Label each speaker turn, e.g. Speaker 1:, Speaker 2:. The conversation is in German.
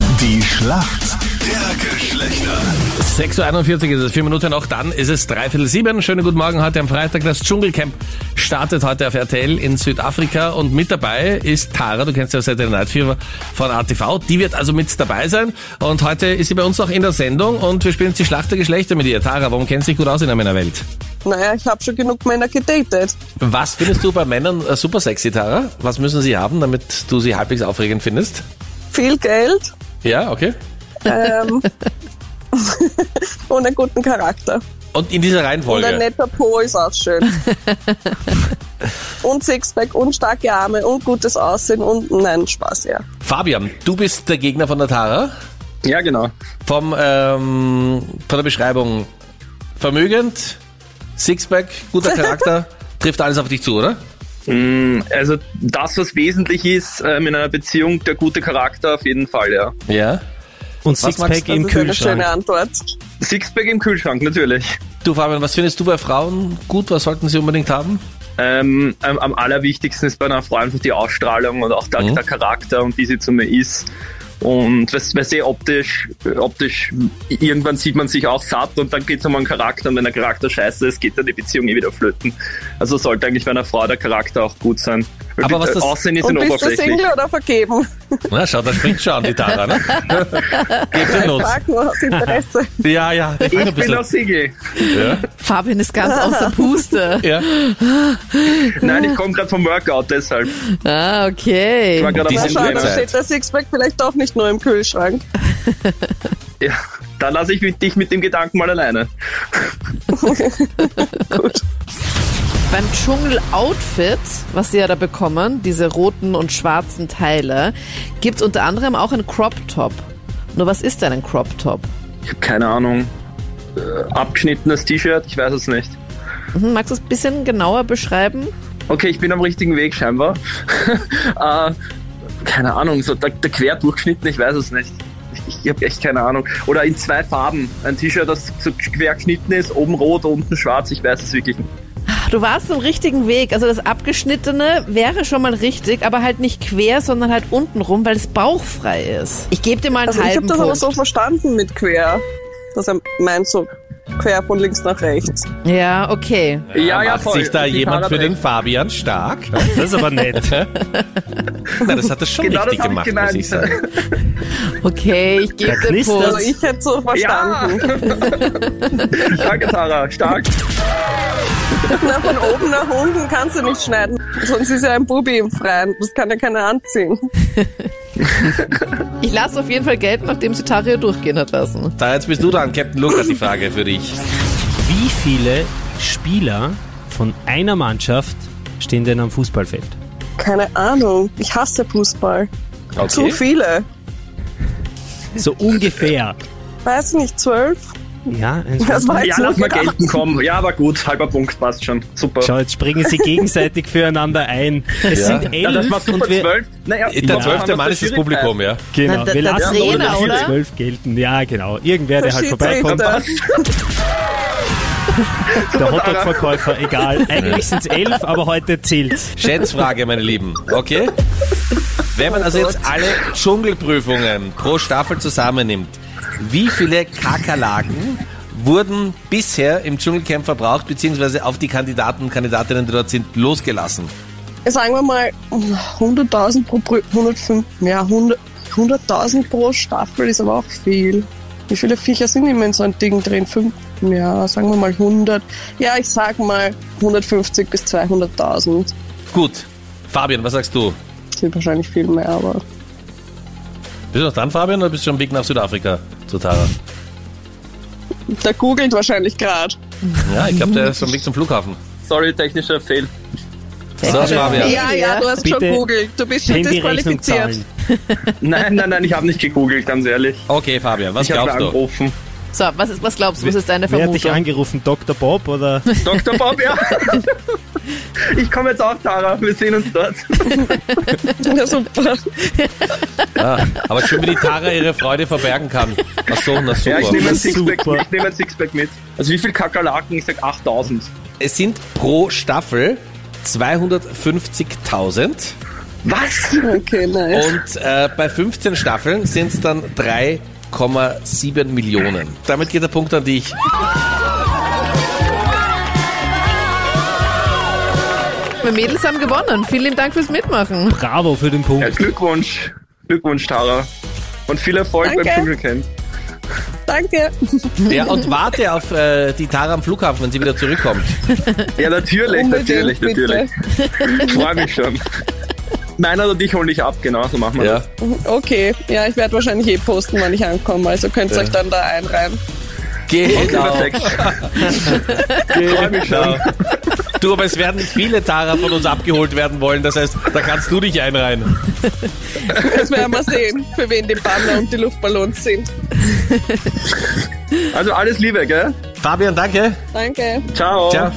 Speaker 1: Die Schlacht der Geschlechter.
Speaker 2: 6.41 Uhr ist es, vier Minuten, auch dann ist es dreiviertel sieben. Schönen guten Morgen heute am Freitag. Das Dschungelcamp startet heute auf RTL in Südafrika und mit dabei ist Tara, du kennst ja Saturday Night Fever von ATV. Die wird also mit dabei sein und heute ist sie bei uns noch in der Sendung und wir spielen jetzt die Schlacht der Geschlechter mit ihr. Tara, warum kennst du dich gut aus in der Männerwelt?
Speaker 3: Naja, ich habe schon genug Männer gedatet.
Speaker 2: Was findest du bei Männern äh, super sexy, Tara? Was müssen sie haben, damit du sie halbwegs aufregend findest?
Speaker 3: Viel Geld
Speaker 2: Ja, okay.
Speaker 3: ähm, und einen guten Charakter.
Speaker 2: Und in dieser
Speaker 3: Und ein
Speaker 2: Reihenfolge.
Speaker 3: netter Po ist auch schön. und Sixpack und starke Arme und gutes Aussehen und nein, Spaß, ja.
Speaker 2: Fabian, du bist der Gegner von der Tara.
Speaker 4: Ja, genau.
Speaker 2: Vom, ähm, von der Beschreibung vermögend, Sixpack, guter Charakter, trifft alles auf dich zu, oder?
Speaker 4: Also das, was wesentlich ist ähm, in einer Beziehung, der gute Charakter auf jeden Fall, ja.
Speaker 2: Ja.
Speaker 5: Und
Speaker 2: Was magst
Speaker 5: Sixpack
Speaker 2: du?
Speaker 5: im
Speaker 3: Das ist eine schöne
Speaker 5: Kühlschrank.
Speaker 3: Antwort.
Speaker 4: Sixpack im Kühlschrank, natürlich.
Speaker 2: Du, Fabian, was findest du bei Frauen gut? Was sollten sie unbedingt haben?
Speaker 4: Ähm, am, am allerwichtigsten ist bei einer Frau einfach die Ausstrahlung und auch der,
Speaker 2: Mhm.
Speaker 4: der Charakter und wie sie zu mir ist. Und weißt weißt du, optisch, optisch, irgendwann sieht man sich auch satt und dann geht's um einen Charakter und wenn der Charakter scheiße ist, geht dann die Beziehung eh wieder flöten. Also sollte eigentlich bei einer Frau der Charakter auch gut sein. Weil
Speaker 2: Aber
Speaker 4: die-
Speaker 2: was das-
Speaker 4: Aussehen ist
Speaker 3: Und
Speaker 4: ein
Speaker 3: bist du
Speaker 4: oberflächlich.
Speaker 3: Single oder vergeben?
Speaker 2: Na, schau, da springt schon an die Tara, ne? Gebt den Not.
Speaker 3: Frag nur aus Interesse.
Speaker 2: Ja, ja, ich
Speaker 4: Ich bin auch Single.
Speaker 6: Fabian ist ganz außer Puste.
Speaker 2: Ja.
Speaker 4: Nein, ich komme gerade vom Workout, deshalb.
Speaker 6: Ah,
Speaker 4: Ich war
Speaker 6: okay.
Speaker 4: gerade
Speaker 2: Die
Speaker 4: am
Speaker 3: Na
Speaker 2: sind
Speaker 3: schau,
Speaker 2: Trainer.
Speaker 3: da
Speaker 4: Trainer.
Speaker 2: Zeit.
Speaker 3: steht der Sixpack vielleicht doch nicht nur im Kühlschrank.
Speaker 4: Ja, da lasse ich mich- dich mit dem Gedanken mal alleine.
Speaker 6: Beim Dschungel-Outfit, was sie ja da bekommen, diese roten und schwarzen Teile, gibt's unter anderem auch einen Crop-Top. Nur was ist denn ein Crop-Top?
Speaker 4: Ich habe keine Ahnung. Äh, Abgeschnittenes T-Shirt, ich weiß es nicht.
Speaker 6: Hm, magst du es ein bisschen genauer beschreiben?
Speaker 4: Okay, ich bin am richtigen Weg scheinbar. äh, keine Ahnung, so der, der quer durchgeschnitten, ich weiß es nicht. Ich, ich habe echt keine Ahnung. Oder in zwei Farben. Ein T-Shirt, das so quer geschnitten ist, oben rot, unten schwarz, ich weiß es wirklich nicht.
Speaker 6: Du warst im richtigen Weg. Also das Abgeschnittene wäre schon mal richtig, aber halt nicht quer, sondern halt untenrum, weil es bauchfrei ist. Ich gebe dir mal einen
Speaker 3: Also ich habe
Speaker 6: halben
Speaker 3: das aber
Speaker 6: Punkt.
Speaker 3: so verstanden mit quer. Dass er meint so quer von links nach rechts.
Speaker 6: ja, okay.
Speaker 4: Ja, ja,
Speaker 2: Macht
Speaker 4: voll.
Speaker 2: sich da
Speaker 4: Die
Speaker 2: jemand
Speaker 4: Tara
Speaker 2: für
Speaker 4: hat
Speaker 2: den
Speaker 4: recht.
Speaker 2: Fabian stark?
Speaker 5: Das ist aber nett.
Speaker 2: Na, das hat er schon
Speaker 4: Genau das
Speaker 2: richtig
Speaker 4: hab
Speaker 2: gemacht,
Speaker 4: ich gemeint.
Speaker 2: muss ich sagen.
Speaker 6: Okay, ich gebe
Speaker 5: Da
Speaker 6: dir
Speaker 5: knistert's.
Speaker 3: Also
Speaker 6: Punkt.
Speaker 3: ich hätte so verstanden.
Speaker 4: Danke, Tara. Stark.
Speaker 3: Na, von oben nach unten kannst du nicht schneiden. Sonst ist ja ein Bubi im Freien. Das kann ja keiner anziehen.
Speaker 6: Ich lasse auf jeden Fall gelten, nachdem sie Tario durchgehen hat lassen.
Speaker 2: Da, jetzt bist du dran. Captain Luke hat die Frage für dich.
Speaker 5: Wie viele Spieler von einer Mannschaft stehen denn am Fußballfeld?
Speaker 3: Keine Ahnung. Ich hasse Fußball.
Speaker 2: Okay.
Speaker 3: Zu viele.
Speaker 5: So ungefähr.
Speaker 3: Weiß nicht, zwölf?
Speaker 5: Ja, also ein
Speaker 3: Das war
Speaker 4: Ja,
Speaker 3: jetzt nur
Speaker 4: lass mal
Speaker 3: gedacht.
Speaker 4: gelten kommen. Ja, aber gut, halber Punkt, passt schon. Super.
Speaker 5: Schau, jetzt springen sie gegenseitig füreinander ein. Es
Speaker 2: Ja.
Speaker 5: sind elf
Speaker 4: Ja, das war super
Speaker 5: und wir,
Speaker 4: zwölf. Naja,
Speaker 2: Der
Speaker 5: Ja.
Speaker 2: zwölfte Mann ist das Publikum, ja.
Speaker 5: Genau,
Speaker 6: Na, der-
Speaker 5: wir
Speaker 6: der
Speaker 5: lassen
Speaker 6: Trainer,
Speaker 5: alle
Speaker 6: oder?
Speaker 5: zwölf gelten. Ja, genau. Irgendwer, der halt vorbeikommt.
Speaker 3: Schiedsrichter.
Speaker 5: Der Hotdog-Verkäufer, egal. Eigentlich sind es elf, aber heute zählt's.
Speaker 2: Schätzfrage, meine Lieben. Okay? Wenn man also jetzt alle Dschungelprüfungen pro Staffel zusammennimmt, wie viele Kakerlaken wurden bisher im Dschungelcamp verbraucht, beziehungsweise auf die Kandidaten und Kandidatinnen, die dort sind, losgelassen?
Speaker 3: Sagen wir mal 100.000 pro Prü 105, ja, 100 100.000 pro Staffel ist aber auch viel. Wie viele Viecher sind immer in so einem Ding drin? Fünf, ja, sagen wir mal 100. Ja, ich sag mal 150 bis 200.000.
Speaker 2: Gut. Fabian, was sagst du?
Speaker 3: Sind wahrscheinlich viel mehr, aber
Speaker 2: Bist du noch dran, Fabian, oder bist du schon am Weg nach Südafrika zu Tara?
Speaker 3: der googelt wahrscheinlich gerade.
Speaker 2: Ja, ich glaube, der ist am Weg zum Flughafen.
Speaker 4: Sorry, technischer Fehl.
Speaker 2: So, Fabian.
Speaker 3: Ja, ja, du hast
Speaker 5: Bitte
Speaker 3: schon googelt. Du bist schon
Speaker 5: Handyrechnung zahlen.
Speaker 3: disqualifiziert.
Speaker 4: Nein, nein, nein, ich habe nicht gegoogelt, ganz ehrlich.
Speaker 2: Okay, Fabian, was
Speaker 4: ich habe
Speaker 2: glaubst du?
Speaker 4: angerufen.
Speaker 6: So, was, ist, was glaubst du? Was ist deine
Speaker 5: Wer hat dich
Speaker 6: Vermutung?
Speaker 5: angerufen? Dr. Bob oder?
Speaker 4: Dr. Bob, ja. Ich komme jetzt auch, Tara. Wir sehen uns dort.
Speaker 3: Ja, super.
Speaker 2: Ah, aber schön, wie die Tara ihre Freude verbergen kann. Ach so, na super.
Speaker 4: Ja, ich nehme ein Sixpack
Speaker 5: Super.
Speaker 4: mit. Ich nehme ein Sixpack mit. Also wie viel Kakerlaken? Ich sag 8000.
Speaker 2: Es sind pro Staffel 250.000
Speaker 4: Was?
Speaker 3: Okay, nice.
Speaker 2: Und äh, bei 15 Staffeln sind es dann 3,7 Millionen. Damit geht der Punkt an dich.
Speaker 6: Wir Mädels haben gewonnen. Vielen lieben Dank fürs Mitmachen.
Speaker 5: Bravo für den Punkt.
Speaker 4: Ja, Glückwunsch. Glückwunsch, Tara. Und viel Erfolg
Speaker 3: Danke.
Speaker 4: beim Dschungelcamp.
Speaker 3: Danke.
Speaker 2: Ja, und warte auf äh, die Tara am Flughafen, wenn sie wieder zurückkommt.
Speaker 4: Ja, natürlich, natürlich,
Speaker 3: Unbedingt, bitte.
Speaker 4: natürlich. Ich freue mich schon. Meiner oder dich hol dich ab, genau so machen wir
Speaker 2: Ja.
Speaker 4: das.
Speaker 3: Okay, ja, ich werde wahrscheinlich eh posten, wann ich ankomme, also könnt ihr euch dann da einreihen.
Speaker 2: Genau.
Speaker 4: Perfekt. Ich freue mich schon.
Speaker 2: Du, aber es werden viele Tara von uns abgeholt werden wollen. Das heißt, da kannst du dich einreihen.
Speaker 3: Das werden wir sehen, für wen die Banner und die Luftballons sind.
Speaker 4: Also alles Liebe, gell?
Speaker 2: Fabian, danke.
Speaker 3: Danke.
Speaker 4: Ciao.
Speaker 2: Ciao.